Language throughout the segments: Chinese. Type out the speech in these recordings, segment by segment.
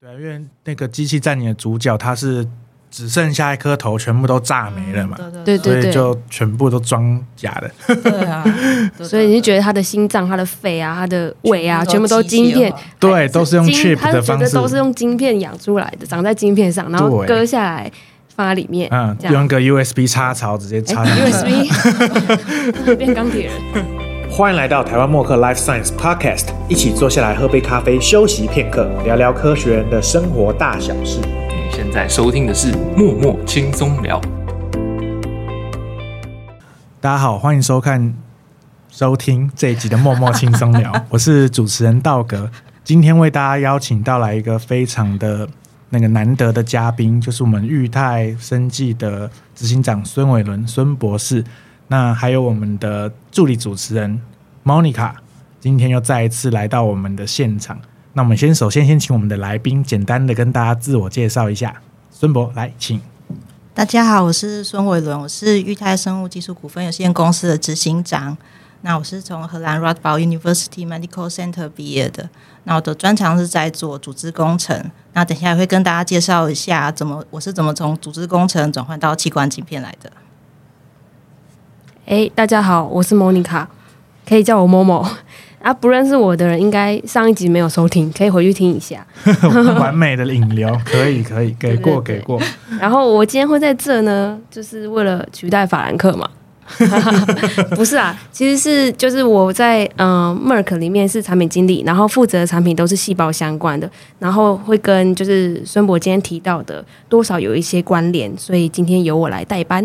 对啊，因为那个机器占你的主角，它是只剩下一颗头，全部都炸没了嘛，嗯对对所以就全部都装假的。对啊，所以你就觉得得他的心脏、他的肺啊、他的胃啊，全全部部都都晶片，对都是用晶 chip 他的觉方得式都是用晶片养出来的，长在晶片上，然后对割下来放在里面，嗯，这用样哎一个 USB 插槽直接插进去。USB 变钢铁人。欢迎来到台湾默克 Life Science Podcast，一起坐下来喝杯咖啡，休息片刻，聊聊科学人的生活大小事。你现在收听的是《默默轻松聊》，大家好，欢迎收看、收听这一集的《默默轻松聊》 ，我是主持人道格。今天为大家邀请到来一个非常的那个难得的嘉宾，就是我们裕泰生技的执行长孙伟伦孙博士，那还有我们的助理主持人 Monica，今天又再一次来到我们的现场。那我们先首先先请我们的来宾简单的跟大家自我介绍一下，孙博来 请。大家好，我是孙伟伦，我是裕泰生物技术股份有限公司的执行长。那我是从荷兰 Radboud University Medical Center 毕业的。那我的专长是在做组织工程。那等一下也会跟大家介绍一下，怎么我是怎么从组织工程转换到器官晶片来的。哎，大家好，我是 Monica，可以叫我 Momo。啊，不认识我的人应该上一集没有收听，可以回去听一下。完美的引流，可以可以，给过对对对给过。然后我今天会在这呢，就是为了取代法兰克嘛。 不是啊，其实是就是我在嗯、呃、Merck 里面是产品经理，然后负责的产品都是细胞相关的，然后会跟就是孙博今天提到的多少有一些关联，所以今天由我来代班。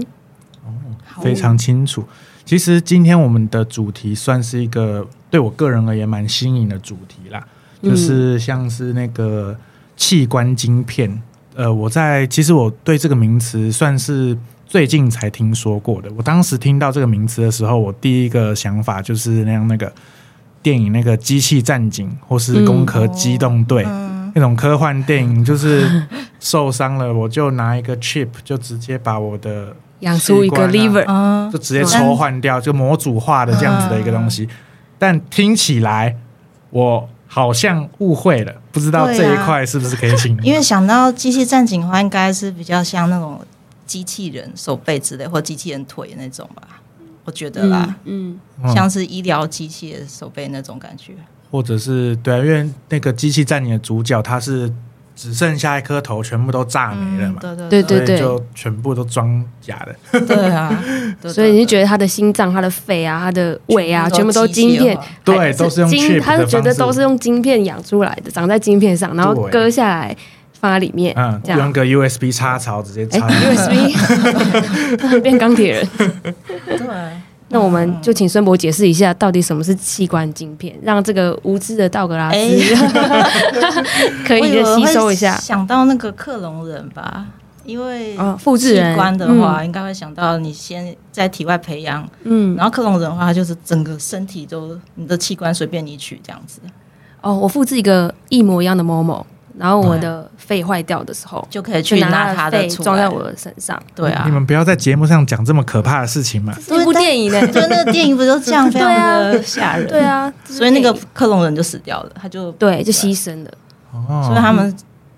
非常清楚。其实今天我们的主题算是一个对我个人而言蛮新颖的主题啦，嗯就是像是那个器官晶片。呃，我在其实我对这个名词算是最近才听说过的。我当时听到这个名词的时候，我第一个想法就是那样那个电影那个《机器战警》或是《攻壳机动队》嗯，那种科幻电影，就是受伤了我就拿一个 chip 就直接把我的养出一个器官啊 liver，、嗯就直接抽换掉，就模组化的这样子的一个东西。嗯但听起来我好像误会了，不知道对啊这一块是不是可以请？因为想到机器战警的话，应该是比较像那种机器人手背之类，或机器人腿那种吧。我觉得啦，嗯，嗯像是医疗机器的手背那种感觉。或者是对啊，因为那个机器占你的主角，它是只剩下一颗头，全部都炸没了嘛，对嗯对所对以就全部都装假的。对啊， 对所以你就得觉得他的心脏、他的肺啊、他的胃啊，全部都晶片，还对，都是用晶， chip 他的觉方得式，都是用晶片养出来的，长在晶片上，然后对割下来放在里面，嗯，这用样。个 USB 插槽直接哎插。 ，USB 变钢铁人。对，那我们就请孙博解释一下，到底什么是器官晶片，让这个无知的道哎格拉斯、 可以的吸收一下。想到那个克隆人吧，因为啊，复制器人官的话，，应该会想到你先在体外培养，嗯，嗯然后克隆人的话，就是整个身体都你的器官随便你取这样子，哦，我复制一个一模一样的某某，然后我的肺坏掉的时候，就可以嗯去去拿他它的的肺出来装在我的身上。对啊你。们不要在节目上讲这么可怕的事情嘛！这是一部 电影呢、对，那个电影不就这样，非 对常啊的吓人。对啊，所以那个克隆人就死掉了，他就，对就牺牲了。哦，所以他们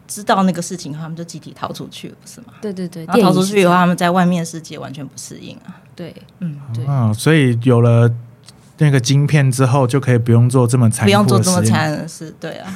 知道那个事情，他们就集体逃出去了，不是吗？对对对，然后逃出去以电后，影他们在外面世界完全不适应啊。是对嗯，对嗯，所以有了那个晶片之后，就可以不用做这么残酷不用做的这么实验，残忍的事，对啊。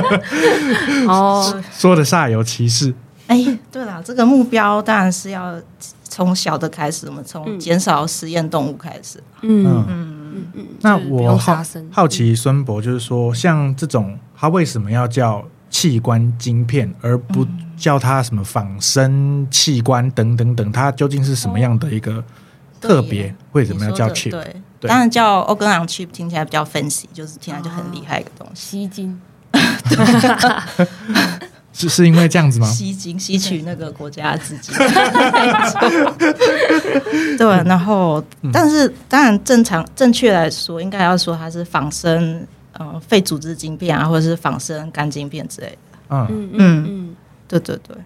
哦，说的煞有其事。哎，对啦，这个目标当然是要从小的开始，我们从减少实验动物开始。嗯嗯，嗯嗯，那就是不用我好杀生好奇孙博，就是说，像这种它为什么要叫器官晶片，而不叫它什么仿生器官等等等？它究竟是什么样的一个特别？为什么要叫你 chip？说的对，对当然叫 organ on chip 听起来比较 fancy，就是听起来就啊很厉害的东西。吸金，是是因为这样子吗？吸金吸取那个国家的资 金，对，然后但是当然正常正确来说，应该要说它是仿生呃肺组织晶片啊，或者是仿生肝晶片之类的。嗯，嗯嗯嗯对对对，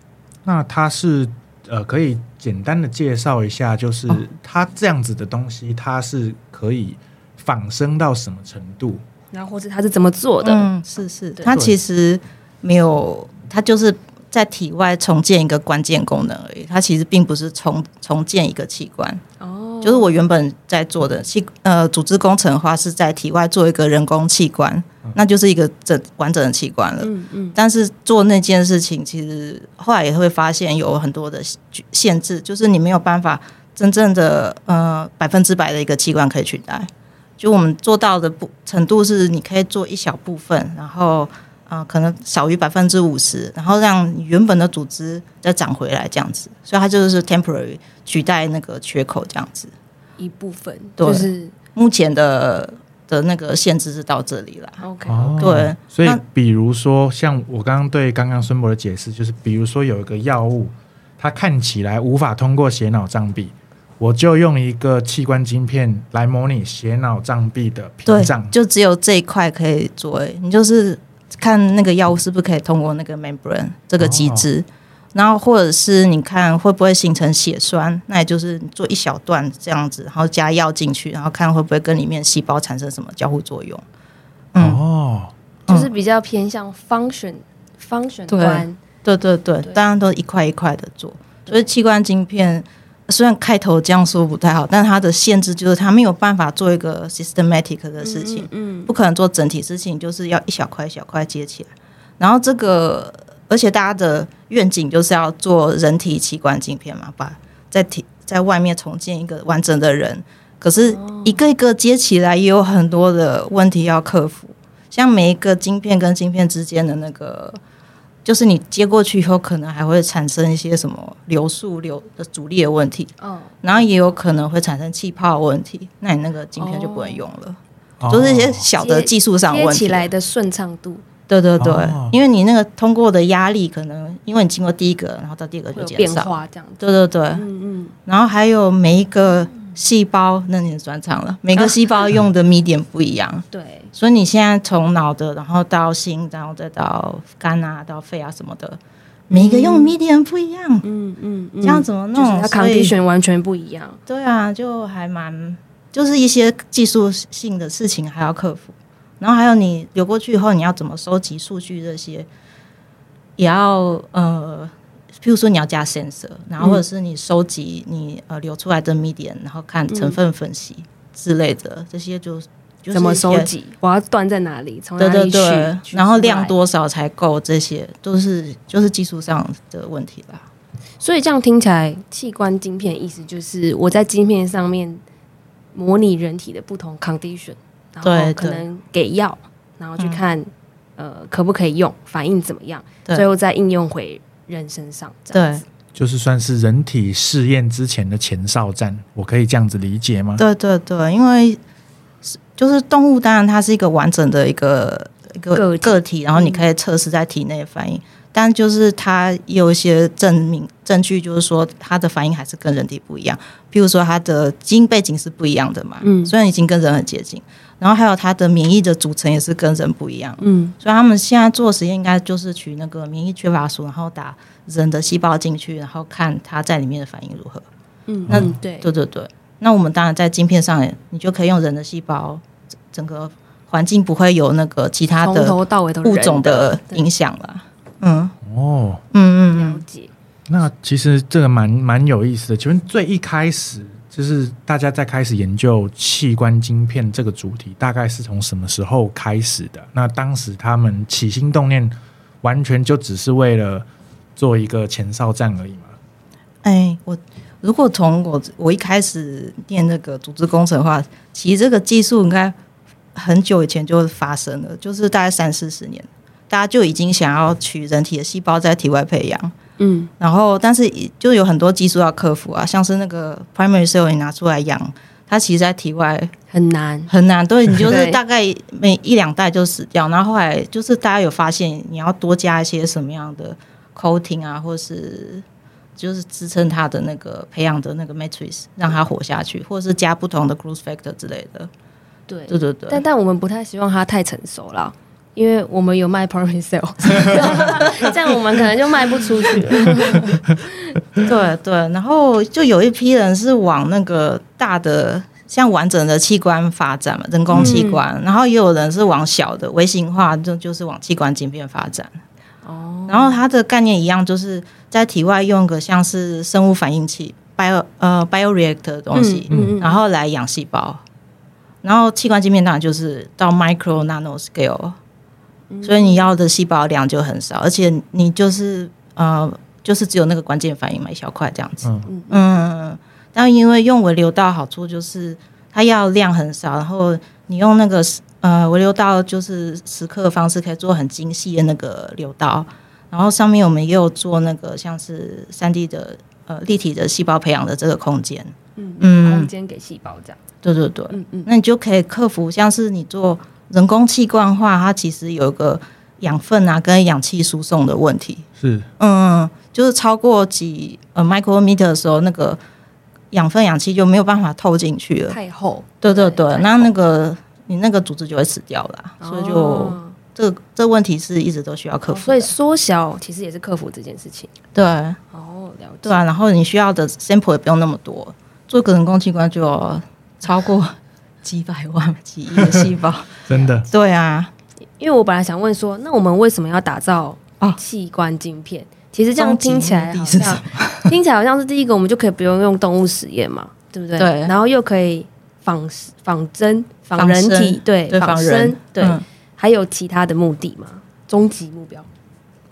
那它是呃，可以简单的介绍一下，就是哦它这样子的东西，它是可以仿生到什么程度？嗯，然后或者他是怎么做的？嗯，是是，对它其实没有，它就是在体外重建一个关键功能而已，它其实并不是重重建一个器官。哦，就是我原本在做的器呃组织工程的话，是在体外做一个人工器官，那就是一个整完整的器官了。嗯嗯但是做那件事情，其实后来也会发现有很多的局限制，就是你没有办法真正的呃百分之百的一个器官可以取代。就我们做到的不程度是，你可以做一小部分，然后呃可能少于百分之五十，然后让你原本的组织再长回来这样子，所以它就是 temporary 取代那个缺口这样子。一部分，对就是目前的的那个限制是到这里啦。 OK，哦，对，所以那比如说像我刚刚对刚刚孙博的解释，就是比如说有一个药物，它看起来无法通过血脑障壁，我就用一个器官晶片来模拟血脑障壁的屏对障，。就只有这一块可以做、欸，你就是看那个药物是不是可以通过那个 membrane 这个机制，哦然后或者是你看会不会形成血栓，那也就是你做一小段这样子，然后加药进去，然后看会不会跟里面细胞产生什么交互作用。嗯，哦，就是比较偏向 function function 对端，对对对，对当然都一块一块的做，所以器官晶片。虽然开头这样说不太好，但它的限制就是它没有办法做一个 systematic 的事情，嗯，嗯不可能做整体事情，就是要一小块一小块接起来。然后这个，而且大家的愿景就是要做人体器官镜片嘛，把在体在外面重建一个完整的人。可是哦一个一个接起来，也有很多的问题要克服，像每一个晶片跟晶片之间的那个。就是你接过去以后，可能还会产生一些什么流速流的阻力的问题，哦，然后也有可能会产生气泡的问题，那你那个晶片就不能用了。哦就是一些小的技术上的接问嗯起题。来的顺畅度对对对，哦因为你那个通过的压力，可能因为你经过第一个，然后到第二个会就有减变少。化，这样子，对对对，嗯嗯，然后还有每一个细胞，那你的专长了，每个细胞用的 medium 不一样，对，所以你现在从脑的，然后到心，然后再到肝啊，到肺啊什么的，每一个用 medium 不一样，嗯嗯嗯，这样怎么就是弄？它所以 condition 完全不一样，对啊，就还蛮，就是一些技术性的事情还要克服，然后还有你流过去以后，你要怎么收集数据这些，也要呃，譬如说你要加 sensor，然后或者是你收集你呃流出来的 medium，然后看成分分析之类的，这些就就是嗯怎么收一些？集？我要断在哪里？从哪对对里取？对，取然后出量来多少才够？这些都是就是技术上的问题啦。所以这样听起来，器官晶片的意思就是我在晶片上面模拟人体的不同 condition，然后对嗯可能给药，然后去看、呃可不可以用，反应怎么样，对最后再应用回人身上。这样子，就是算是人体试验之前的前哨战，我可以这样子理解吗？对对对，因为是就是动物，当然它是一个完整的一个一个嗯个体然后你可以测试在体内的反应。但就是它也有一些证明证据，就是说它的反应还是跟人体不一样。譬如说它的基因背景是不一样的嘛，嗯虽然已经跟人很接近，然后还有它的免疫的组成也是跟人不一样。嗯，所以他们现在做实验，应该就是取那个免疫缺乏素，然后打人的细胞进去，然后看它在里面的反应如何。嗯，那嗯对，对对对，那我们当然在晶片上也，你就可以用人的细胞，整整个环境不会有那个其他从的头到尾都是物人种的对影响了。嗯哦，嗯嗯了嗯，解。那其实这个蛮蛮有意思的。请问最一开始，就是大家在开始研究器官晶片这个主题，大概是从什么时候开始的？那当时他们起心动念，完全就只是为了做一个前哨战而已嘛？哎，我如果从我我一开始念那个组织工程的话，其实这个技术应该很久以前就发生了，就是大概三四十年，大家就已经想要取人体的细胞在体外培养。嗯，然后但是就有很多技术要克服啊，像是那个 primary cell 你拿出来养，它其实在体外很难。很难，对你就是对大概每一两代就死掉，然后后来就是大家有发现你要多加一些什么样的 coating 啊，或是就是支撑它的那个培养的那个 matrix，让它活下去，或是加不同的 growth factor 之类的。对，对对对，但但我们不太希望它太成熟了，因为我们有卖 primary sale，这 样我们可能就卖不出去了。 对对，然后就有一批人是往那个大的。像完整的器官发展嘛，嗯人工器官，然后也有人是往小的微型化，就就是往器官晶片发展。哦，然后它的概念一样，就是在体外用个像是生物反应器 （bio 呃 bioreactor） 的东西，嗯嗯嗯然后来养细胞。然后器官镜面当然就是到 micro nano scale，所以你要的细胞量就很少，而且你就是呃，就是只有那个关键反应嘛，一小块这样子。嗯嗯，但因为用微流道好处就是它要量很少，然后你用那个呃微流道就是时刻的方式可以做很精细的那个流道，然后上面我们也有做那个像是三 D 的呃立体的细胞培养的这个空间。嗯嗯空间给细胞这样，对对对，嗯嗯那你就可以克服，像是你做人工气罐化，它其实有一个养分啊跟氧气输送的问题。是嗯，就是超过几呃 micrometer 的时候，那个养分氧气就没有办法透进去了。太厚，对对对太，那厚那个你那个组织就会死掉了，啊所以就、哦这个这问题是一直都需要克服的。所以缩小其实也是克服这件事情。对哦，了解。对啊，然后你需要的 sample 也不用那么多，做个人工器官就超过 几百万、几亿的细 胞。真的，对啊，因为我本来想问说，那我们为什么要打造啊器官晶片？其实这样终极听起来目的好是什像，听起来好像是第一个，我们就可以不用用动物实验嘛，对不对？对然后又可以仿仿真、仿仿人体，生对，对仿仿生人，对。嗯还有其他的目的吗？终极目标？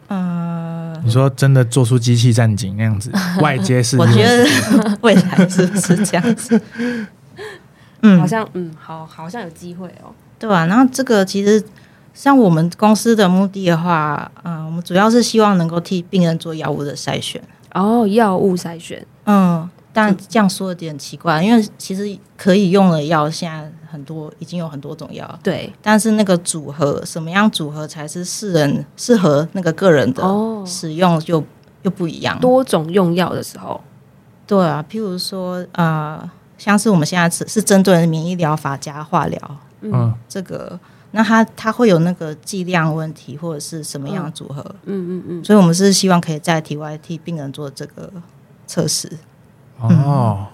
嗯，你说真的做出机器战警那样 子，外接式，我觉得 未来是不是这样子？好 嗯，像嗯，好，好像有机会哦。对吧、然后这个其实像我们公司的目的的话，嗯、我们主要是希望能够替病人做药物的筛选。哦，药物筛选，嗯，但这样说有点奇怪，因为其实可以用的药现在很多，已经有很多种药了，对，但是那个组合，什么样组合才是适人适合那个个人的哦，使用就又不一样。多种用药的时候，对啊，譬如说呃，像是我们现在是是针对免疫疗法加化疗嗯，这个，那它它会有那个剂量问题，或者是什么样的组合，嗯嗯嗯，所以我们是希望可以在体外替病人做这个测试。哦，哦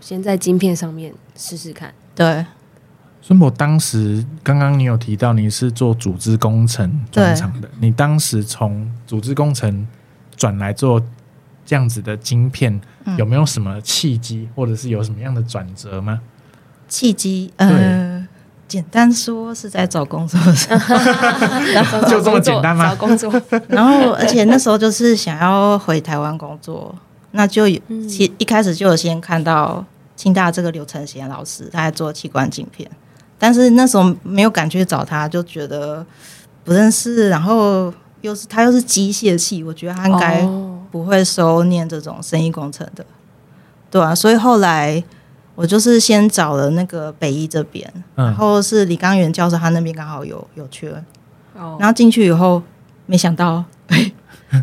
先在晶片上面试试 看。对孙博当时刚刚你有提到你是做组织工程专场的，你当时从组织工程转来做这样子的晶片，嗯有没有什么契机，或者是有什么样的转折吗？契机，呃，简单说是在找工作的时候，就这么简单吗找工作，然后而且那时候就是想要回台湾工作，那就有嗯其一开始就有先看到清大这个刘承贤老师，他在做器官镜片，但是那时候没有敢去找他，就觉得不认识，然后又是他又是机械系，我觉得他应该 哦不会收念这种生意工程的，对啊，所以后来我就是先找了那个北医这边，然嗯，后是李刚元教授，他那边刚好有有缺，哦然后进去以后，没想到。哎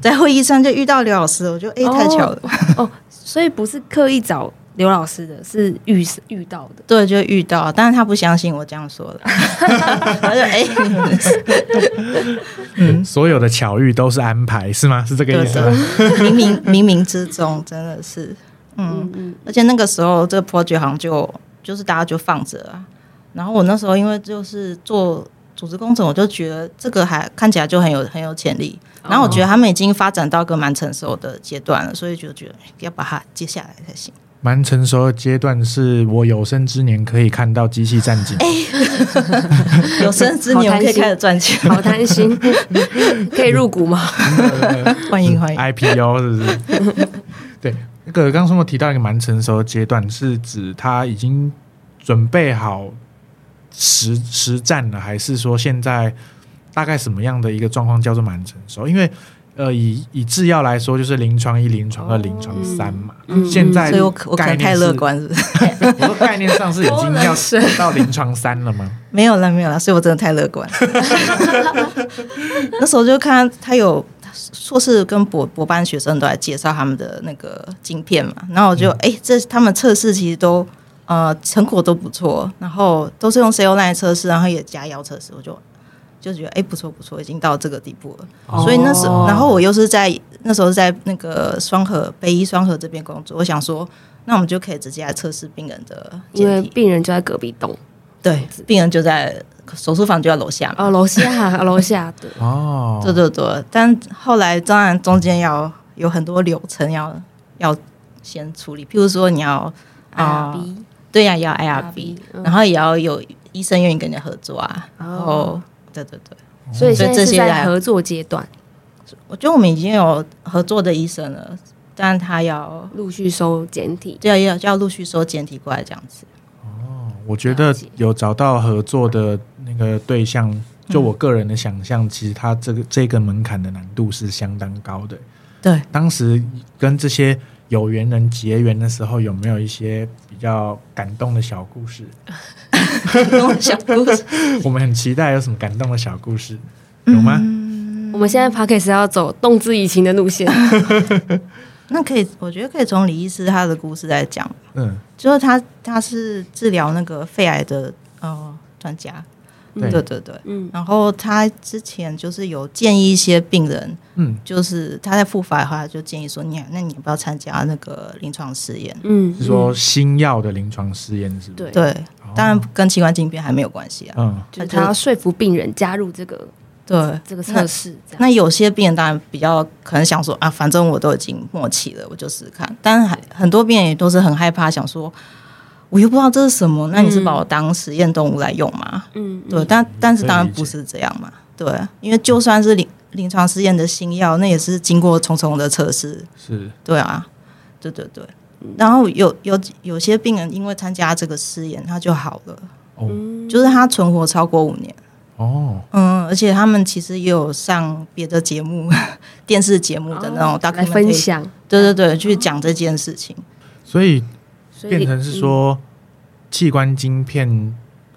在会议上就遇到刘老师，我就哎、哦太巧了，所以不是刻意找刘老师的，是遇遇到的。对，就遇到，但是他不相信我这样说的， 他就哎、你们所有的巧遇都是安排，是吗？是这个意思吗？冥冥冥冥之中真的是，嗯，嗯嗯，而且那个时候这个 project 好像就就是大家就放着啊，然后我那时候因为就是做组织工程，我就觉得这个还看起来就很有很有潜力，然后我觉得他们已经发展到一个蛮成熟的阶段了，所以就觉得哎要把它接下来才行。蛮成熟的阶段，是我有生之年可以看到机器战警。有生之年我可以开始赚钱，好贪 心，可以入股吗？欢迎哎欢迎。 IPO 是不是？对，那个刚刚说过提到一个蛮成熟的阶段，是指他已经准备好实实战了，还是说现在大概什么样的一个状况叫做蛮成熟？因为呃，以以制药来说，就是临床一、临床二、临床三嘛。哦嗯现在所以我可我可概能念太是乐，观，是不是？我说概念上是已经要是到临床三了吗？没有啦，没有啦，所以我真的太 乐观。那时候就看他有硕士跟博博班学生都来介绍他们的那个晶片嘛，然后我嗯就哎、诶这他们测试其实都呃成果都不错，然后都是用 C O line 测试，然后也加药测试，我就就觉得哎、诶不错不错，已经到这个地步了。所以那时哦候，然后我又是在那时候是在那个双河北医双河这边工作，我想说，那我们就可以直接来测试病人的因为检体，病人就在隔壁栋，对，病人就在手术房就在楼下嘛。哦，楼下，楼下， 对，哦，对对对，但后来当然中间要有很多流程要要先处理，譬如说你要啊、 B 对呀、要 IRB，、嗯然后也要有医生愿意跟你合作啊。然后、哦对对对，所以现在所以这是些在来合作阶段，我觉得我们已经有合作的医生了，但他要陆续收简体。就要要要陆续收简体过来这样子。我觉得有找到合作的那个对象，嗯就我个人的想象，其实它这个这个门槛的难度是相当高的。对，当时跟这些有缘人结缘的时候，有没有一些比较感动的小故事？跟我小故事 嗯我们很期待有什么感动的小故事，有吗？我们现在 p a c k a g e 要走动之以情的路线，那可以，我觉得可以从李医师他的故事来讲，嗯，就是他他是治疗那个肺癌的呃专家，对对对对。嗯，然后他之前就是有建议一些病人，嗯，就是他在复发的话，就建议说你那你要不要参加那个临床试验？嗯，是说新药的临床试验是不是？对，对，当然跟器官镜变还没有关系啊。嗯，就是他要说服病人加入这个对，这个测试，这样那有些病人当然比较可能想说啊，反正我都已经末期了，我就试试看。但还很多病人也都是很害怕，想说我又不知道这是什么，那嗯你是把我当实验动物来用吗？嗯，嗯对，但但是当可以然理解不是这样嘛。对，啊因为就算是临临床试验的新药，那也是经过重重的测试。是对啊，对对对。嗯然后有有有些病人因为参加这个试验，他就好了，哦嗯就是他存活超过五年。哦，嗯，而且他们其实也有上别的节目、 电视节目的那种大哦来分，享，嗯对对对，去讲这件事情。所以所以嗯变成是说，嗯器官晶片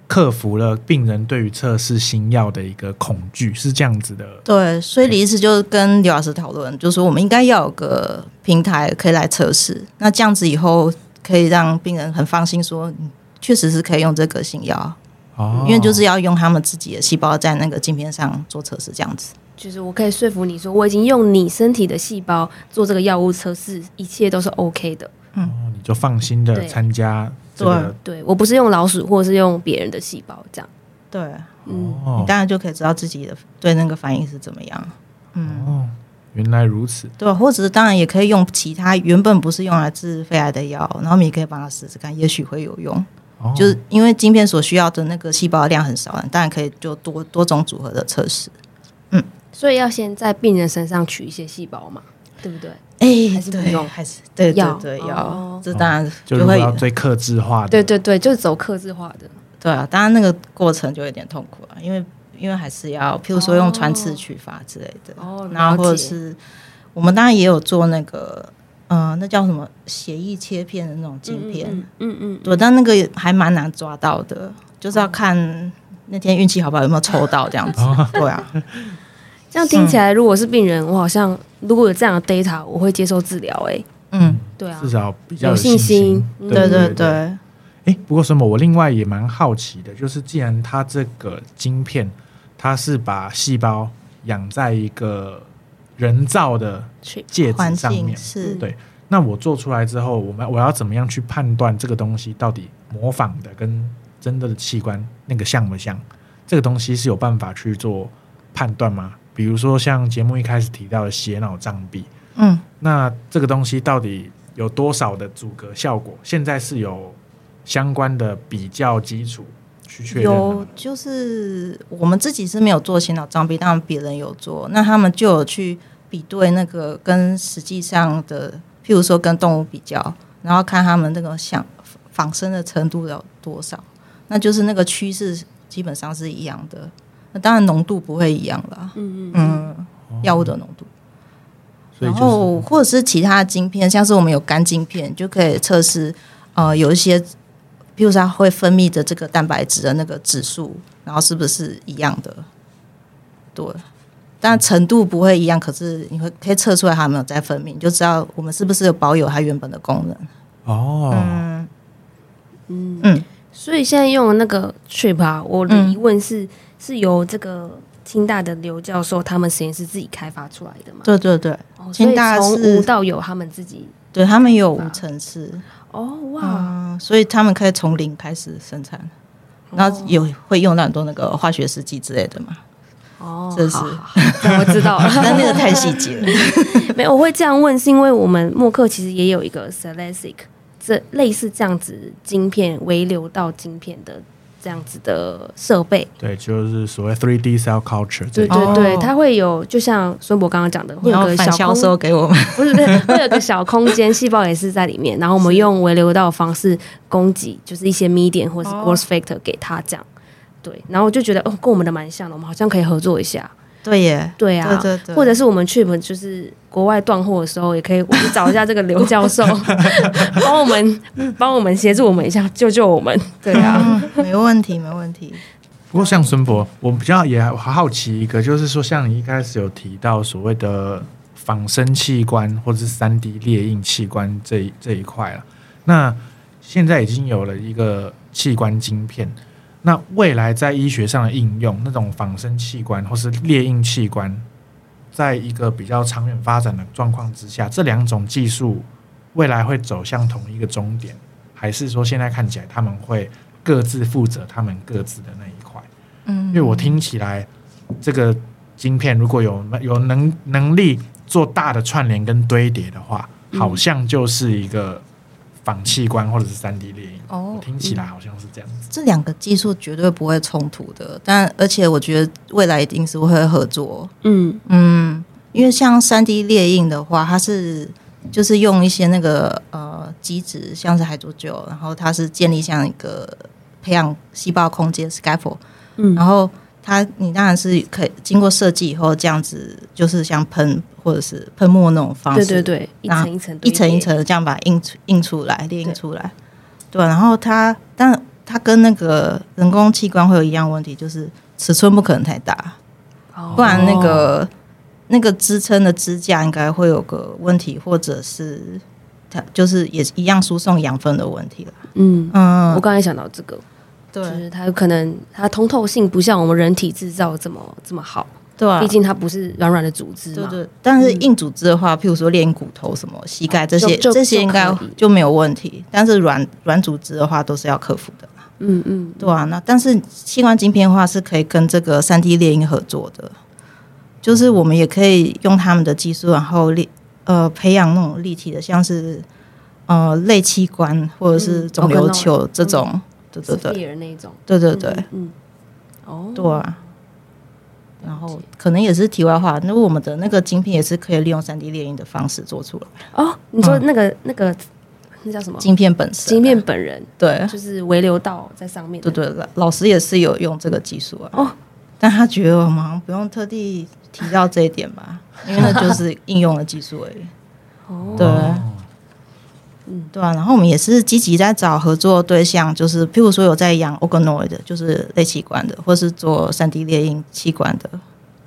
克服了病人对于测试新药的一个恐惧，是这样子的。对，所以李医师就跟刘老师讨论，就说我们应该要有个平台可以来测试，那这样子以后可以让病人很放心说，嗯确实是可以用这个新药，哦，因为就是要用他们自己的细胞在那个镜片上做测试，这样子。就是我可以说服你说，我已经用你身体的细胞做这个药物测试，一切都是 OK 的。哦你就放心的对参加这啊个对我不是用老鼠，或者是用别人的细胞这样。对，嗯，你哦当然就可以知道自己的对那个反应是怎么样。嗯，哦，原来如此。对，或者是当然也可以用其他原本不是用来治肺癌的药，然后你可以帮他试试看，也许会有用。哦，就是因为晶片所需要的那个细胞量很少，当然可以就多多种组合的测试。所以要先在病人身上取一些细胞嘛，对不对？哎、还是不对用还是对对要对，哦要、这当然就就如果会要最克制化的，对对对，就是走克制化的。对啊，当然那个过程就有点痛苦啊，因为因为还是要，譬如说用穿刺取法之类的，哦然后或了者解是我们当然也有做那个呃，那叫什么血液切片的那种镜片，嗯嗯嗯，对，但那个也还蛮难抓到的，就是要看那天运气好不好，有没有抽到这样子。对啊，这样听起来，如果是病人，我好像如果有这样的 data，我会接受治疗。哎，嗯，对啊至，少比较有信信心嗯对对对对，哎，不过什么，我另外也蛮好奇的，就是既然它这个晶片，它是把细胞养在一个人造的去介环质上境面，是对。那我做出来之后，我们我要怎么样去判断这个东西到底模仿的跟真的的器官那个像不像？这个东西是有办法去做判断吗？比如说像节目一开始提到的血脑障壁，嗯，那这个东西到底有多少的阻隔效果？现在是有相关的比较基础去确认的有吗就是我们自己是没有做心脑障壁，当然别人有做，那他们就有去比对那个跟实际上的，譬如说跟动物比较，然后看他们那个像仿生的程度有多少，那就是那个趋势基本上是一样的。那当然浓度不会一样啦，嗯嗯嗯，药物的浓度。所以然就是后或者是其他的晶片，像是我们有肝晶片，就可以测试呃有一些，比如说它会分泌的这个蛋白质的那个指数，然后是不是一样的？对，但程度不会一样，可是你会可以测出来它有没有在分泌，你就知道我们是不是有保有它原本的功能。哦，嗯嗯嗯，所以现在用的那个 trip 啊，我的嗯疑问是，是由这个清大的刘教授他们实验室自己开发出来的吗？对对对，哦，所以清大从是无到有，他们自己。对他们有无尘室，哦哇，嗯，所以他们可以从零开始生产。然后有会用到很多那个化学试剂之类的嘛。哦这是好好好这样我知道了。但那个太细节了。没有，我会这样问，是因为我们默克其实也有一个 Celesic 这类似这样子晶片微流到晶片的这样子的设备。对，就是所谓 three D cell culture 这对一种对对，哦它会有，就像孙博刚刚讲的，你会有要个反小销空售给我们， 不是，不是会有个小空间，细胞也是在里面，然后我们用微流道的方式供给，就是一些 medium 或是哦 growth factor 给它这样。对，然后我就觉得哦，跟我们的蛮像的，我们好像可以合作一下。对耶，对啊，对对对或者是我们去我们就是国外断货的时候，也可以我去找一下这个刘 教授，帮我们帮我们协助我们一下，救救我们。对啊，嗯，没问题，没问题。不过像孙博，我比较也好奇一个，就是说像你一开始有提到所谓的仿生器官或者是三 D 列印器官这一这一块了，那现在已经有了一个器官晶片。那未来在医学上的应用，那种仿生器官或是列印器官，在一个比较长远发展的状况之下，这两种技术未来会走向同一个终点，还是说现在看起来他们会各自负责他们各自的那一块？嗯，因为我听起来，这个晶片如果有有能能力做大的串联跟堆叠的话，嗯好像就是一个仿器官或者是三 D 猎鹰。哦我听起来好像是这样子。这两个技术绝对不会冲突的，但而且我觉得未来一定是会合作。嗯嗯，因为像三 D 列印的话，它是就是用一些那个呃基质，像是海猪酒，然后它是建立像一个培养细胞空间 scaffold，嗯然后它你当然是可以经过设计以后这样子，就是像喷或者是喷墨那种方对式，对对，一那层一层，啊一层一，层的这样把它印出印出来，列印出来。对，然后它，但它跟那个人工器官会有一样问题，就是尺寸不可能太大，哦不然那个、那个支撑的支架应该会有个问题，或者是它就是也一样输送养分的问题了。嗯，我嗯，刚才想到这个，就对是它有可能它通透性不像我们人体制造这么这么好，对啊毕。竟它不是软软的组织对嘛。嗯哦对，但是硬组织的话，譬如说练骨头、什么膝盖这些，就就这些应该就可以就没有问题。但是软软组织的话，都是要克服的。嗯嗯，对啊，那但是器官晶片的话是可以跟这个三 D 猎鹰合作的，就是我们也可以用他们的技术，然后立呃培养那种立体的，像是呃类器官或者是嗯肿瘤 organoid，球这哦种，嗯对对对，对，那一种，对对对，嗯，嗯哦，对啊。然后可能也是题外话，那我们的那个晶片也是可以利用三 D 猎鹰的方式做出来，哦，你说那个那个那叫什么？晶片嗯本身啊，晶片本人对就是微流道在上面的，对对，老老师也是有用这个技术啊。哦，但他觉得我们好像不用特地提到这一点 吧，因为那就是应用的技术而已。哦，对，哦对啊。然后我们也是积极在找合作对象，就是譬如说有在养 organoid，就是类器官的，或是做三 D 列印器官的，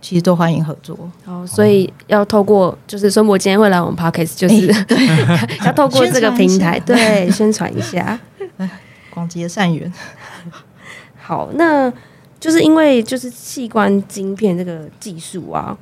其实都欢迎合作。哦，所以要透过就是孙博今天会来我们 podcast，就是、 要透过这个平台哎宣传一下对宣传一下。广结善缘，好，那就是因为就是器官晶片这个技术啊，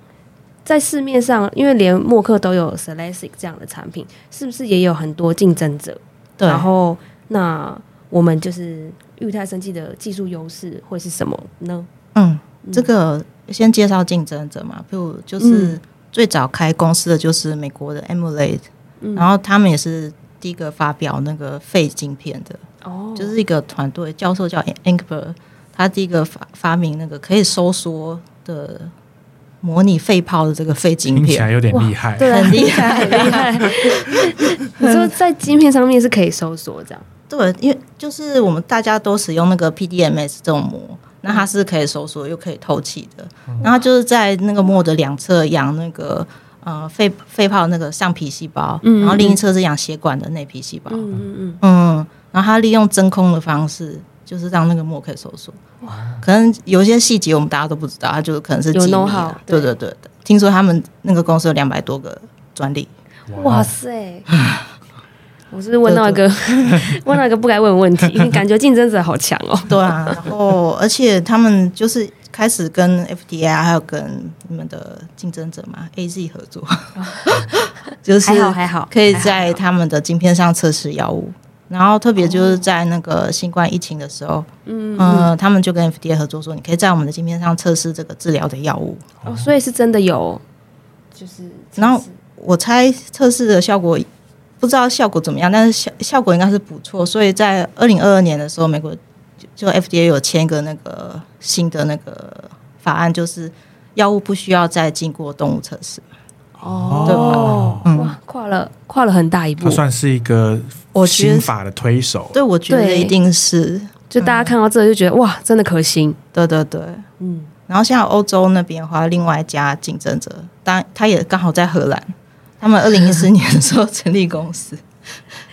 在市面上，因为连默克都有 Celesic 这样的产品，是不是也有很多竞争者？对，然后那我们就是裕泰生技的技术优势会是什么呢？嗯，这个先介绍竞争者嘛，譬如就是嗯最早开公司的就是美国的 Emulate，、嗯然后他们也是第一个发表那个肺晶片的，哦就是一个团队教授叫 Engber，他第一个发发明那个可以收缩的模拟肺泡的这个肺晶听起片来。有点厉害。对啊，很厉害，很厉害。 你说在晶片上面是可以搜索这样，对，因为就是我们大家都使用那个 PDMS 这种膜，那它是可以收缩又可以透气的。嗯然后就是在那个膜的两侧养那个呃肺肺泡那个上皮细胞，嗯然后另一侧是养血管的内皮细胞。嗯嗯嗯然后它利用真空的方式，就是让那个膜可以收缩。可能有一些细节我们大家都不知道，它就是可能是有机密 know-how，啊。对对对，对听说他们那个公司有两百多个专利。嗯，哇塞！我是问到一个 问到一个不该问的问题， 感觉竞争者好强哦。对啊，然后而且他们就是开始跟 FDA 还有跟你们的竞争者嘛 AZ 合作，就是 还好还好，可以还好在他们的晶片上测试药物。然后特别哦就是在那个新冠疫情的时候，嗯、呃，他们就跟 FDA 合作说，你可以在我们的晶片上测试这个治疗的药物。哦，所以是真的有，就是然后我猜测试的效果不知道效果怎么样，但是效效果应该是不错。所以在二零二二年的时候，美国就就 FDA 有签一个那个新的那个法案，就是药物不需要再经过动物测试。哦，对吧嗯哇，跨了跨了很大一步它，算是一个我觉得新法的推手。对，我觉得对一定是就大家看到这就觉得哇，真的可行，对对对。嗯，然后像欧洲那边的话，另外一家竞争者，当然他也刚好在荷兰，他们二零一四年的时候成立公司，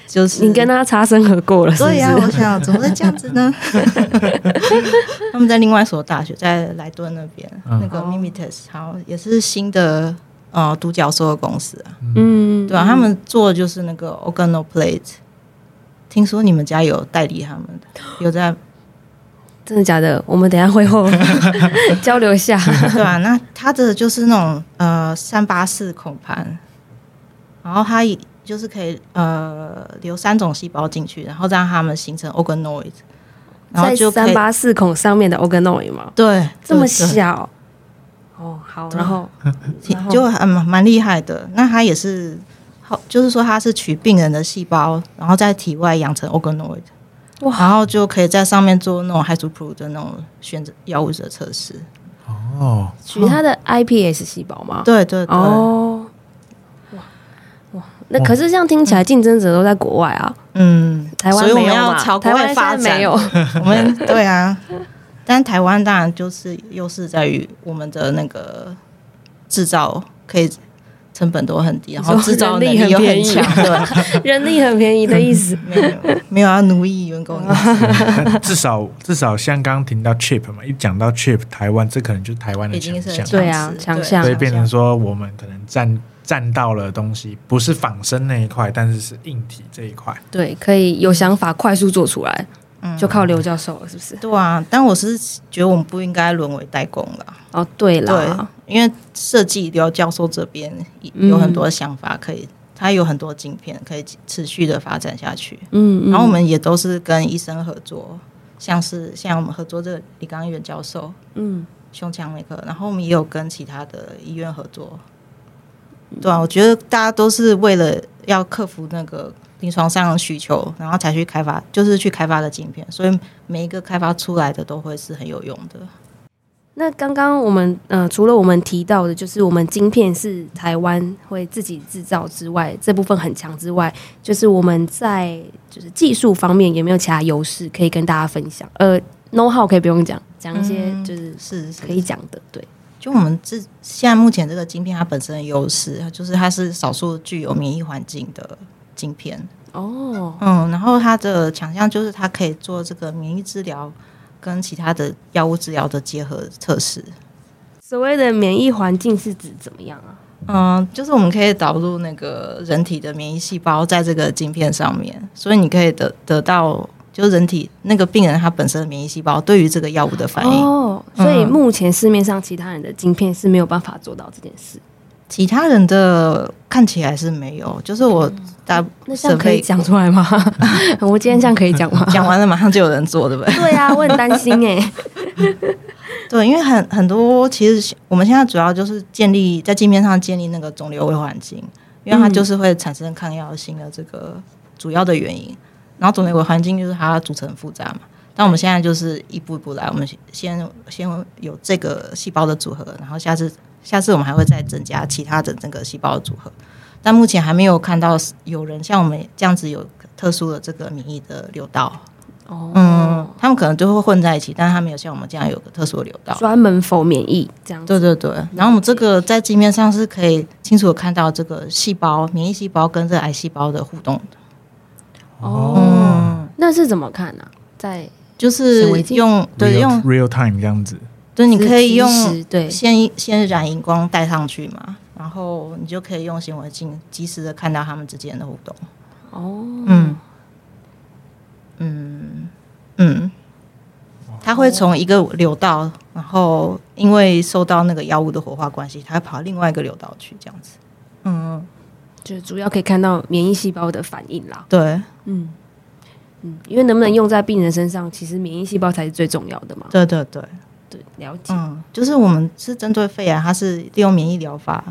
就是你跟他擦身而过了，是不对是？呀、我想怎么会这样子 呢？他们在另外一所大学，在莱顿那边，那个哦 Mimites，好也是新的呃独角兽的公司啊，嗯，对吧、他们做的就是那个 organoplate，听说你们家有代理他们的，有在真的假的？我们等一下会 后交流一下，对啊，那它的就是那种呃三八四孔盘，然后它也就是可以呃留三种细胞进去，然后让它们形成 organoid，然后在就可三以八四孔上面的 organoid 嘛，对这么，对小，哦，好，然后对然挺后就还蛮蛮厉害的。那它也是好，就是说它是取病人的细胞，然后在体外养成 organoid，哇然后就可以在上面做那种 h i d r o p r o 的那种选择药物的测试。哦，取它的 iPS 细胞嘛，对对对，哦，哇哇，那哇可是这样听起来竞争者都在国外啊，嗯，台湾所以我没们有要嘛，朝国台湾外现发在展， 没有， 我们对啊，但台湾当然就是优势在于我们的那个制造可以成本都很低，然后你说制造能人力力又很便很宜强，对，人力很便宜的 意思。没有没有要奴役员 工的意思，至少至少像刚刚听到 chip 嘛，一讲到 chip，台湾这可能就是台湾的已强经是项，对啊强项所以变成说我们可能占占到了东西，不是仿生那一块，但是是硬体这一块。对，可以有想法，快速做出来，嗯就靠刘教授了，是不是？对啊，但我是觉得我们不应该沦为代工啦，哦，对对啦，，因为设计刘教授这边有很多想法可以。他有很多晶片可以持续的发展下去，嗯，嗯然后我们也都是跟医生合作，像是像我们合作这个李刚元教授，嗯，胸腔内科，然后我们也有跟其他的医院合作。对啊，我觉得大家都是为了要克服那个临床上的需求，然后才去开发，就是去开发的晶片，所以每一个开发出来的都会是很有用的。那刚刚我们呃，除了我们提到的，就是我们晶片是台湾会自己制造之外，这部分很强之外，就是我们在就是技术方面有没有其他优势可以跟大家分享？呃，know how 可以不用讲，讲一些嗯就是是是可以讲的，对，就我们自现在目前这个晶片，它本身的优势就是它是少数具有免疫环境的晶片。哦，嗯，然后它的强项就是它可以做这个免疫治疗跟其他的药物治疗的结合测试。所谓的免疫环境是指怎么样啊？嗯，就是我们可以导入那个人体的免疫细胞在这个晶片上面，所以你可以得得到，就是人体那个病人他本身的免疫细胞对于这个药物的反应。哦，所以嗯目前市面上其他人的晶片是没有办法做到这件事。其他人的看起来是没有，就是我大？那这样可以讲出来吗？ 我今天这样可以讲 吗讲完了，马上就有人做，对不对？对啊，我很担心哎、对，因为很很多，其实我们现在主要就是建立在镜片上建立那个肿瘤微环境，因为它嗯就是会产生抗药性的这个主要的原因。然后肿瘤微环境就是它组成复杂嘛。但我们现在就是一步一步来，我们先先有这个细胞的组合，然后下次下次我们还会再增加其他的这个细胞的组合。但目前还没有看到有人像我们这样子有特殊的这个免疫的流道，哦，嗯，他们可能就会混在一起，但是他没有像我们这样有个特殊的流道。专门否免疫这样子。对对对，然后我们这个在镜面上是可以清楚的看到这个细胞、免疫细胞跟这个癌细胞的互动的，哦，那是怎么看呢、啊？在就是显微镜用对 real, 用 real time 这样子，对，你可以即用时对先先染荧光带上去嘛，然后你就可以用显微镜及时的看到他们之间的互动。哦，嗯嗯嗯，它会从一个流道，然后因为受到那个药物的活化关系，它会跑到另外一个流道去，这样子。嗯，就主要可以看到免疫细胞的反应啦。对。嗯，嗯，因为能不能用在病人身上，其实免疫细胞才是最重要的嘛。对对对，对，了解。嗯，就是我们是针对肺癌，它是利用免疫疗法，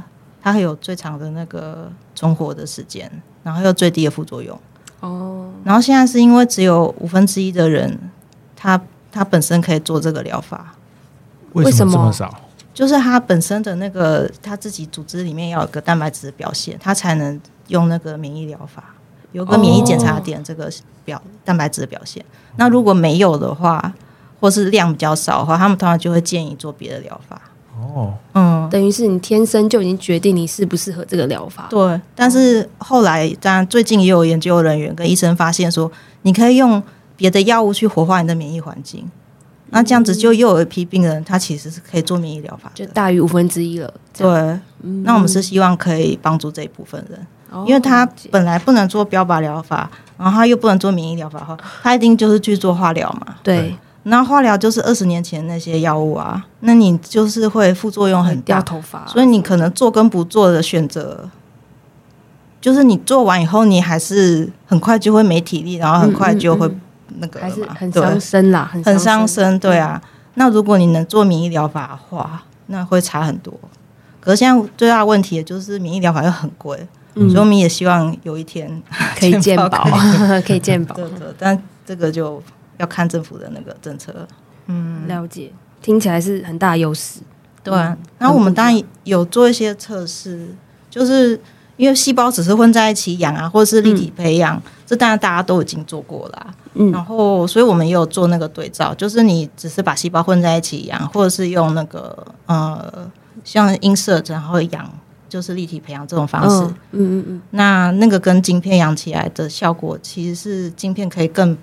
它还有最长的那个存活的时间，然后又最低的副作用。嗯哦，然后现在是因为只有五分之一的人，他他本身可以做这个疗法，为为什什么么这么少？就是他本身的那个他自己组织里面要有个蛋白质的表现，他才能用那个免疫疗法，有个免疫检查点这个表、蛋白质的表现。那如果没有的话，或是量比较少的话，他们通常就会建议做别的疗法。哦，嗯，等于是你天生就已经决定你适不适合这个疗法。对。但是后来，当然最近也有研究人员跟医生发现说，你可以用别的药物去活化你的免疫环境。那这样子就又有一批病人，他其实是可以做免疫疗法就的。大于五分之一了。这样，对，嗯那我们是希望可以帮助这一部分人。哦因为他了解本来不能做标靶疗法，然后他又不能做免疫疗哦法的话，他一定就是去做化疗嘛。对那化疗就是二十年前那些药物啊，那你就是会副作用很掉大，头发，所以你可能做跟不做的选择，就是你做完以后，你还是很快就会没体力，然后很快就会嗯那个了还是嘛很对伤身啦，很很伤身，对啊。那如果你能做免疫疗法的话，那会差很多。可是现在最大的问题也就是免疫疗法又很贵，嗯所以我们也希望有一天可以健保可以， 可以健保，对对，但这个就要看政府的那个政策。嗯了解，听起来是很大的优势。对啊，然后我们当然有做一些测试，就是因为细胞只是混在一起养啊，或者是立体培养，这当然大家都已经做过了啊、嗯然后，所以我们也有做那个对照，就是你只是把细胞混在一起养，或者是用那个呃，像音色然后养，就是立体培养这种方式。嗯嗯嗯嗯，那那个跟晶片养起来的效果，其实是晶片可以更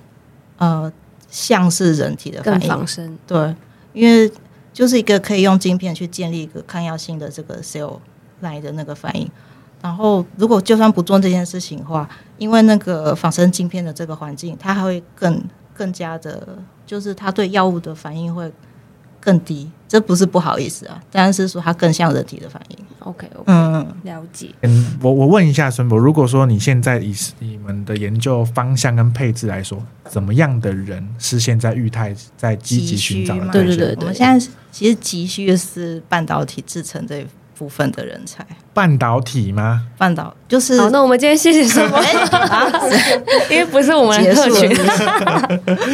呃像是人体的更反应防，身。对，因为就是一个可以用晶片去建立一个抗药性的这个 cell line 的那个反应。然后，如果就算不做这件事情的话，因为那个仿生晶片的这个环境，它还会更更加的，就是它对药物的反应会更低。这不是不好意思啊，但是说它更像人体的反应。 OK OK，嗯，了解。嗯，我我问一下孙博，如果说你现在以你们的研究方向跟配置来说，怎么样的人是现在裕泰在积极寻找的嘛对对象？对对我们现在其实急需的是半导体制成这一部分的人才。半导体吗？半导就是哎好，那我们今天谢谢什 么？因为不是我们结的束客群，了。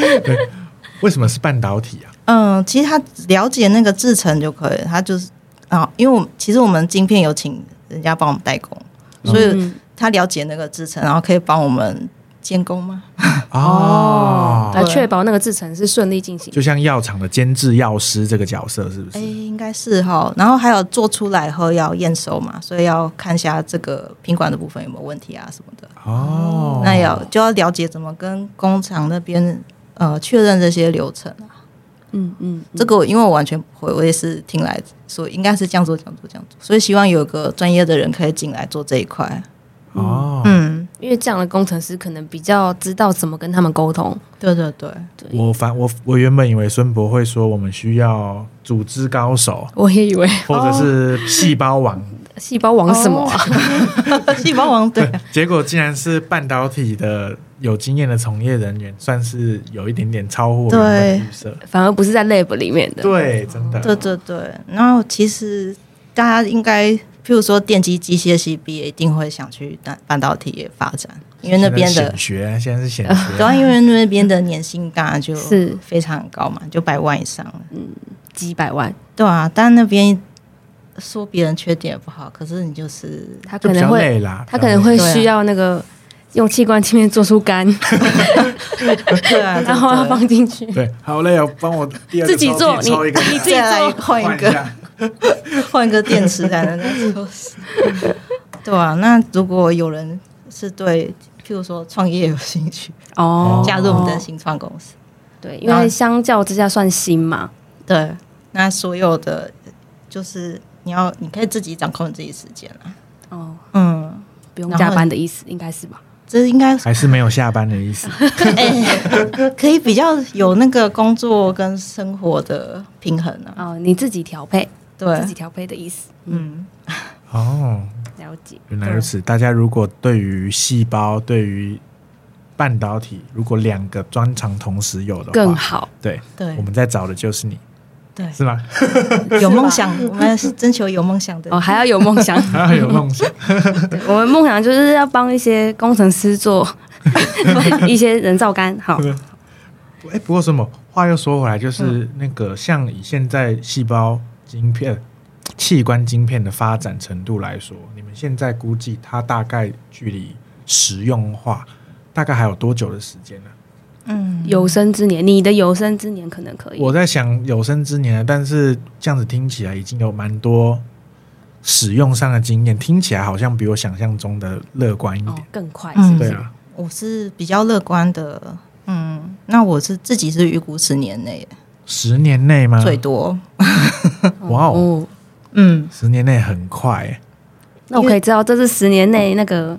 为什么是半导体啊？嗯，其实他了解那个制成就可以了，他就是啊，因为我们其实我们晶片有请人家帮我们代工，所以嗯他了解那个制成，然后可以帮我们监工吗？哦，来确保那个制程是顺利进行。就像药厂的监制药师这个角色，是不哎，是？应该是哈。然后还有做出来以后要验收嘛，所以要看一下这个品管的部分有没有问题啊什么的。哦，那要就要了解怎么跟工厂那边呃确认这些流程啊。嗯嗯，这个我因为我完全不会，我也是听来说应该是这样做、这样做、这样做，所以希望有个专业的人可以进来做这一块。哦，嗯，因为这样的工程师可能比较知道怎么跟他们沟通。对对 对，我反我我原本以为孙博会说我们需要组织高手，我也以为或者是细胞王， 细胞王什哦么啊？细胞王对， 结果竟然是半导体的有经验的从业人员，算是有一点点超乎我原本的预设。反而不是在 lab 里面的。对，真的。对对对。然后其实大家应该，譬如说电机机械系毕业，一定会想去半半导体业发展，因为那边现在的显学，现在是呃显学，主要因为那边的年薪当然就是非常高嘛，就百万以上了。几百万，对啊，但那边说别人缺点也不好，可是你就是他就可比能较会累啦。他比较累可能会对啊需要那个用器官切面做 出肝，对啊，然后要放进去。对，好累哦，帮我第二个自己抽屉做你抽一个，你自己再来做换一换个，下换一个电池才能再做事。对啊，那如果有人是对，譬如说创业有兴趣，哦加入我们的新创公司，对，因为相较之下算新嘛，对，那所有的就是你要，你可以自己掌控你自己时间啊。哦，嗯，不用加班的意思，应该是吧？这应该还是没有下班的 意思。 哎可以比较有那个工作跟生活的平衡啊。哦，你自己调配，对自己，调配的意思，嗯，哦，了解。原来如此。大家如果对于细胞、对于半导体如果两个专长同时有的话，更。好。对，对我们在找的就是 你，对，是吗？ 有梦想，我们是征求有梦想的哦，还要有梦想。还要有梦 想，对我们梦想就是要帮一些工程师做 一些人造杆。好，哎、不过什么话又说回来，就是那个像以现在细胞晶片、呃器官晶片的发展程度来说，你们现在估计它大概距离实用化大概还有多久的时间呢、嗯，有生之年，你的有生之年可能可以。我在想有生之年了，但是这样子听起来已经有蛮多使用上的经验，听起来好像比我想象中的乐观一哦点。，更快是不对是？啊，我是比较乐观的，嗯，那我是自己是预估十年内、十年内吗？最多，哇哦，哦， 嗯，十年内很快、欸。那我可以知道这是十年内那个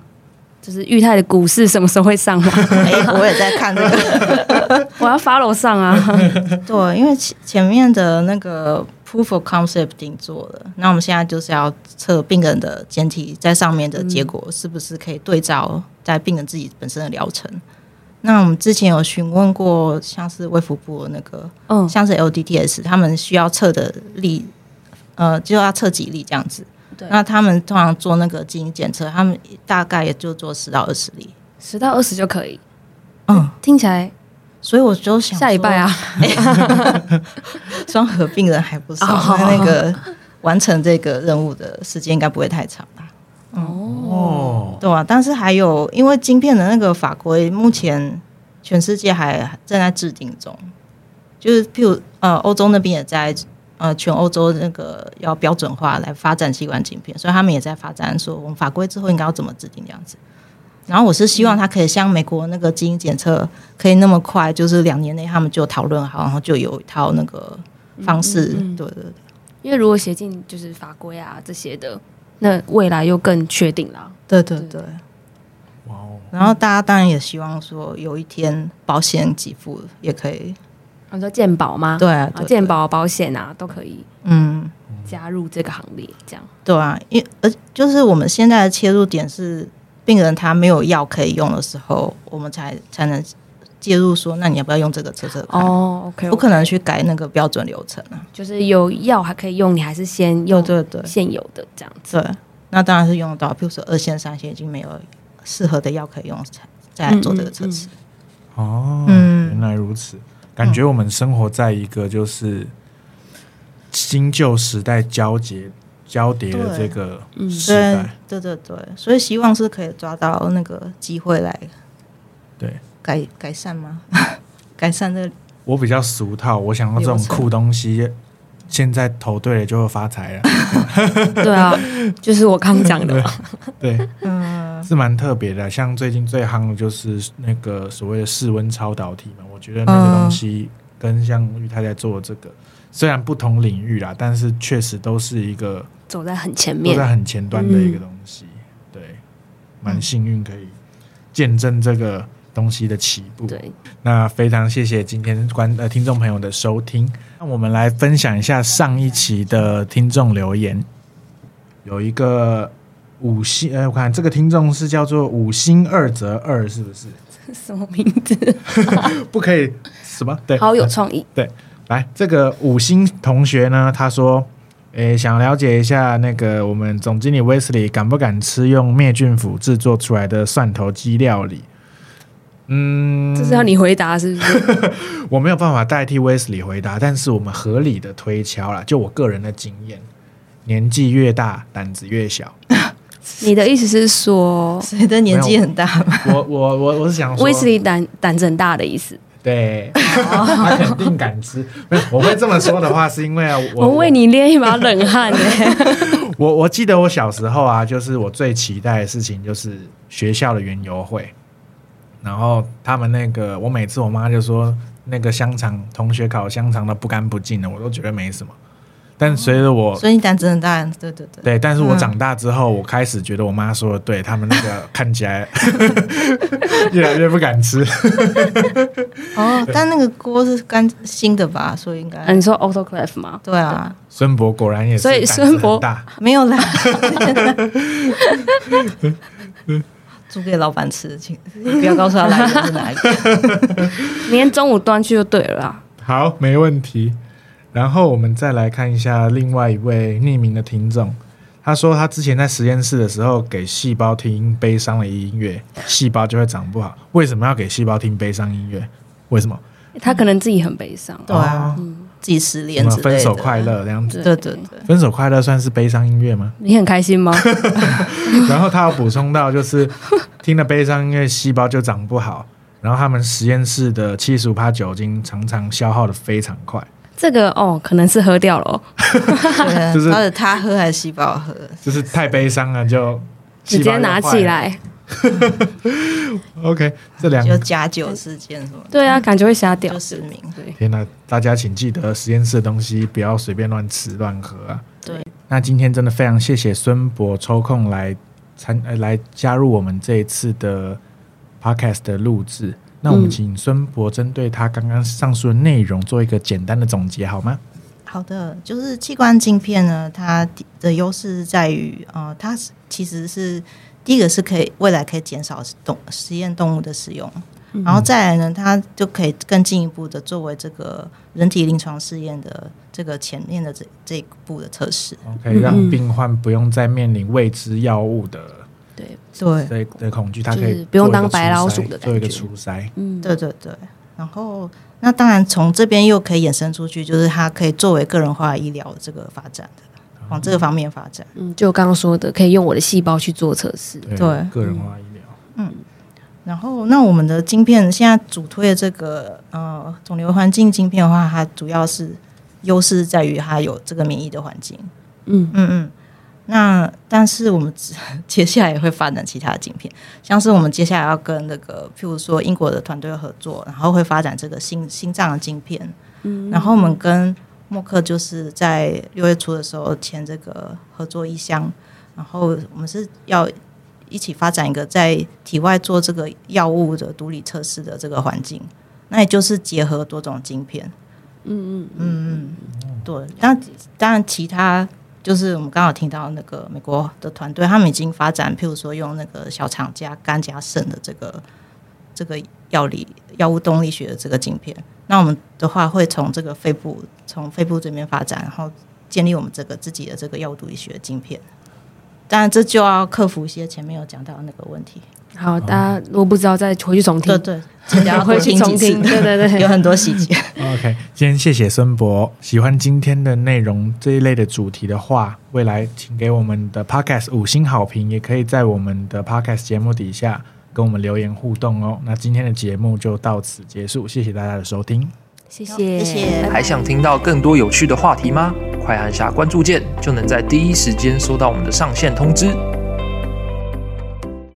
就是裕泰的股市什么时候会上吗？哎、我也在看这个，我要 follow 上啊！对，因为前前面的那个 proof of concept 已经做了，那我们现在就是要测病人的简体在上面嗯的结果是不是可以对照在病人自己本身的疗程。那我们之前有询问过，像是卫福部的那个嗯，像是 LDTS，他们需要测的力，呃，就要测几例这样子。对那他们通常做那个基因检测，他们大概也就做十到二十例。十到二十就可以。嗯，听起来所以我就想下礼拜啊，说， 双核病人还不少，哦那那个完成这个任务的时间应该不会太长吧？哦，对啊，但是还有，因为晶片的那个法规，目前全世界还正在制定中，就是譬如呃，欧洲那边也在呃，全欧洲那个要标准化来发展器官晶片，所以他们也在发展说，我们法规之后应该要怎么制定这样子。然后我是希望它可以像美国那个基因检测可以那么快，就是两年内他们就讨论好，然后就有一套那个方式，对对对。因为如果写进就是法规啊这些的，那未来又更确定啦。对对对。哇哦，然后大家当然也希望说，有一天保险给付也可以，你说健保吗？对啊，啊，对健，保、保险啊都可以对嗯，加入这个行列，这样。对啊，因呃，就是我们现在的切入点是，病人他没有药可以用的时候，我们才才能介入说，那你要不要用这个测测看？哦，OK，不可能去改那个标准流程啊。就是有药还可以用，你还是先用对对现有的这样子。对，那当然是用得到，比如说二线、三线已经没有适合的药可以用，才再来嗯做这个测试。哦，嗯原来如此，感觉我们生活在一个就是新旧时代交结交叠的这个时代，对嗯对对对，所以希望是可以抓到那个机会来对。改改善吗？ 改善这个我比较俗套，我想要这种酷东西，现在投对了就会发财了。对啊，就是我刚讲的嘛。对，嗯是蛮特别的。像最近最夯的就是那个所谓的室温超导体嘛，我觉得那个东西跟像玉太太做的这个，虽然不同领域啦，但是确实都是一个走在很前都面在，很前端的一个东西。对，蛮幸运可以见证这个东西的起步。对，那非常谢谢今天观呃听众朋友的收听。那我们来分享一下上一期的听众留言，有一个五星，呃，我看这个听众是叫做五星二则二，是不是？什么名字？不可以什么？对，好有创意。对，来这个五星同学呢，他说，诶，想了解一下那个我们总经理 Wesley 敢不敢吃用灭菌腐制作出来的蒜头鸡料理？嗯，这是要你回答是不是？我没有办法代替 Wesley 回答，但是我们合理的推敲啦，就我个人的经验，年纪越大，胆子越小。你的意思是说谁的年纪很大嘛？我我我我是想说威斯利胆胆子很大的意思？对，他肯定敢吃。没有，我会这么说的话，是因为啊我我为你捏一把冷汗欸呢。我我记得我小时候啊，就是我最期待的事情就是学校的园游会，然后他们那个，我每次我妈就说那个香肠，同学烤香肠的不干不净的，我都觉得没什么。但随着我所以你胆子很大，对对对。对，但是我嗯长大之后，我开始觉得我妈说的对，他们那 个看起来 越来越不敢吃。哦，但那个锅是干新的吧，所以应该啊你说 autoclave 吗？对啊，孙博果然也是，所以胆子 孙博很大，没有啦。煮给老板吃，请不要告诉他来源是哪里。哦明天中午端去就对了啦。好，没问题。然后我们再来看一下另外一位匿名的听众，他说他之前在实验室的时候给细胞听悲伤的音乐，细胞就会长不好。为什么要给细胞听悲伤音乐？为什么？他可能自己很悲伤，？对啊，哦自己失什恋么之类的。分手快，乐这样子？对对对，分手快乐算是悲伤音乐吗你很开 心吗？ 然后他有补充到，就是听了悲伤音乐，细胞就长不好。然后他们实验室的七十五帕酒精常常消耗的非常快，这个哦，可能是喝掉了、哦，对 就是到底他喝还是细胞喝？就是太悲伤了 就直细胞接就拿坏起了。来。 OK，这两就个假酒事件什么的，对啊，感觉会瞎掉就。失明。对，天呐，大家请记得实验室的东西不要随便乱吃乱喝啊。对，那今天真的非常谢谢孙博抽空来参呃来加入我们这一次的 podcast 的录制。那我们嗯请孙博针对他刚刚上述的内容做一个简单的总结好吗？好的，就是器官镜片呢，它的优势是在于，呃，它是其实是第一个是可以未来可以减少动实验动物的使用，嗯然后再来呢，它就可以更进一步的作为这个人体临床试验的这个前面的这这一步的测试。 ，OK，让嗯病患不用再面临未知药物的对，对，的的恐惧，他可就以是不用做一个当白除老筛鼠的做一个感觉除筛。嗯，对对对。然后，那当然从这边又可以衍生出去，就是它可以作为个人化医疗这个发展的，往这个方面发展。嗯，就刚刚说的，可以用我的细胞去做测试。对个人化医疗。然后，那我们的晶片现在主推的这个呃肿瘤环境晶片的话，它主要是优势在于它有这个免疫的环境。嗯嗯嗯。那但是我们只接下来也会发展其他的晶片，像是我们接下来要跟那个譬如说英国的团队合作，然后会发展这个心心脏的晶片。嗯。然后我们跟默克就是在六月初的时候签这个呃合作意向，然后我们是要一起发展一个在体外做这个药物的毒理测试的这个环境，那也就是结合多种晶片。嗯嗯嗯嗯，对。但当然，其他就是我们刚好听到那个美国的团队，他们已经发展，譬如说用那个小肠加肝加肾的这个这个药理药物动力学的这个晶片。那我们的话会从这个肺部从肺部这边发展，然后建立我们这个自己的这个药物毒理学的晶片。当然，这就要克服一些前面有讲到的那个问题。好，大家如果不知道，再回去重听对，对，大 家要多回去听几重次听。，对对对，有很多细节。 OK，今天谢谢孙博。喜欢今天的内容这一类的主题的话，未来请给我们的 Podcast 五星好评，也可以在我们的 Podcast 节目底下跟我们留言互动哦。那今天的节目就到此结束，谢谢大家的收听。谢谢，谢谢拜拜还想听到更多有趣的话题吗？快按下关注键，就能在第一时间收到我们的上线通知。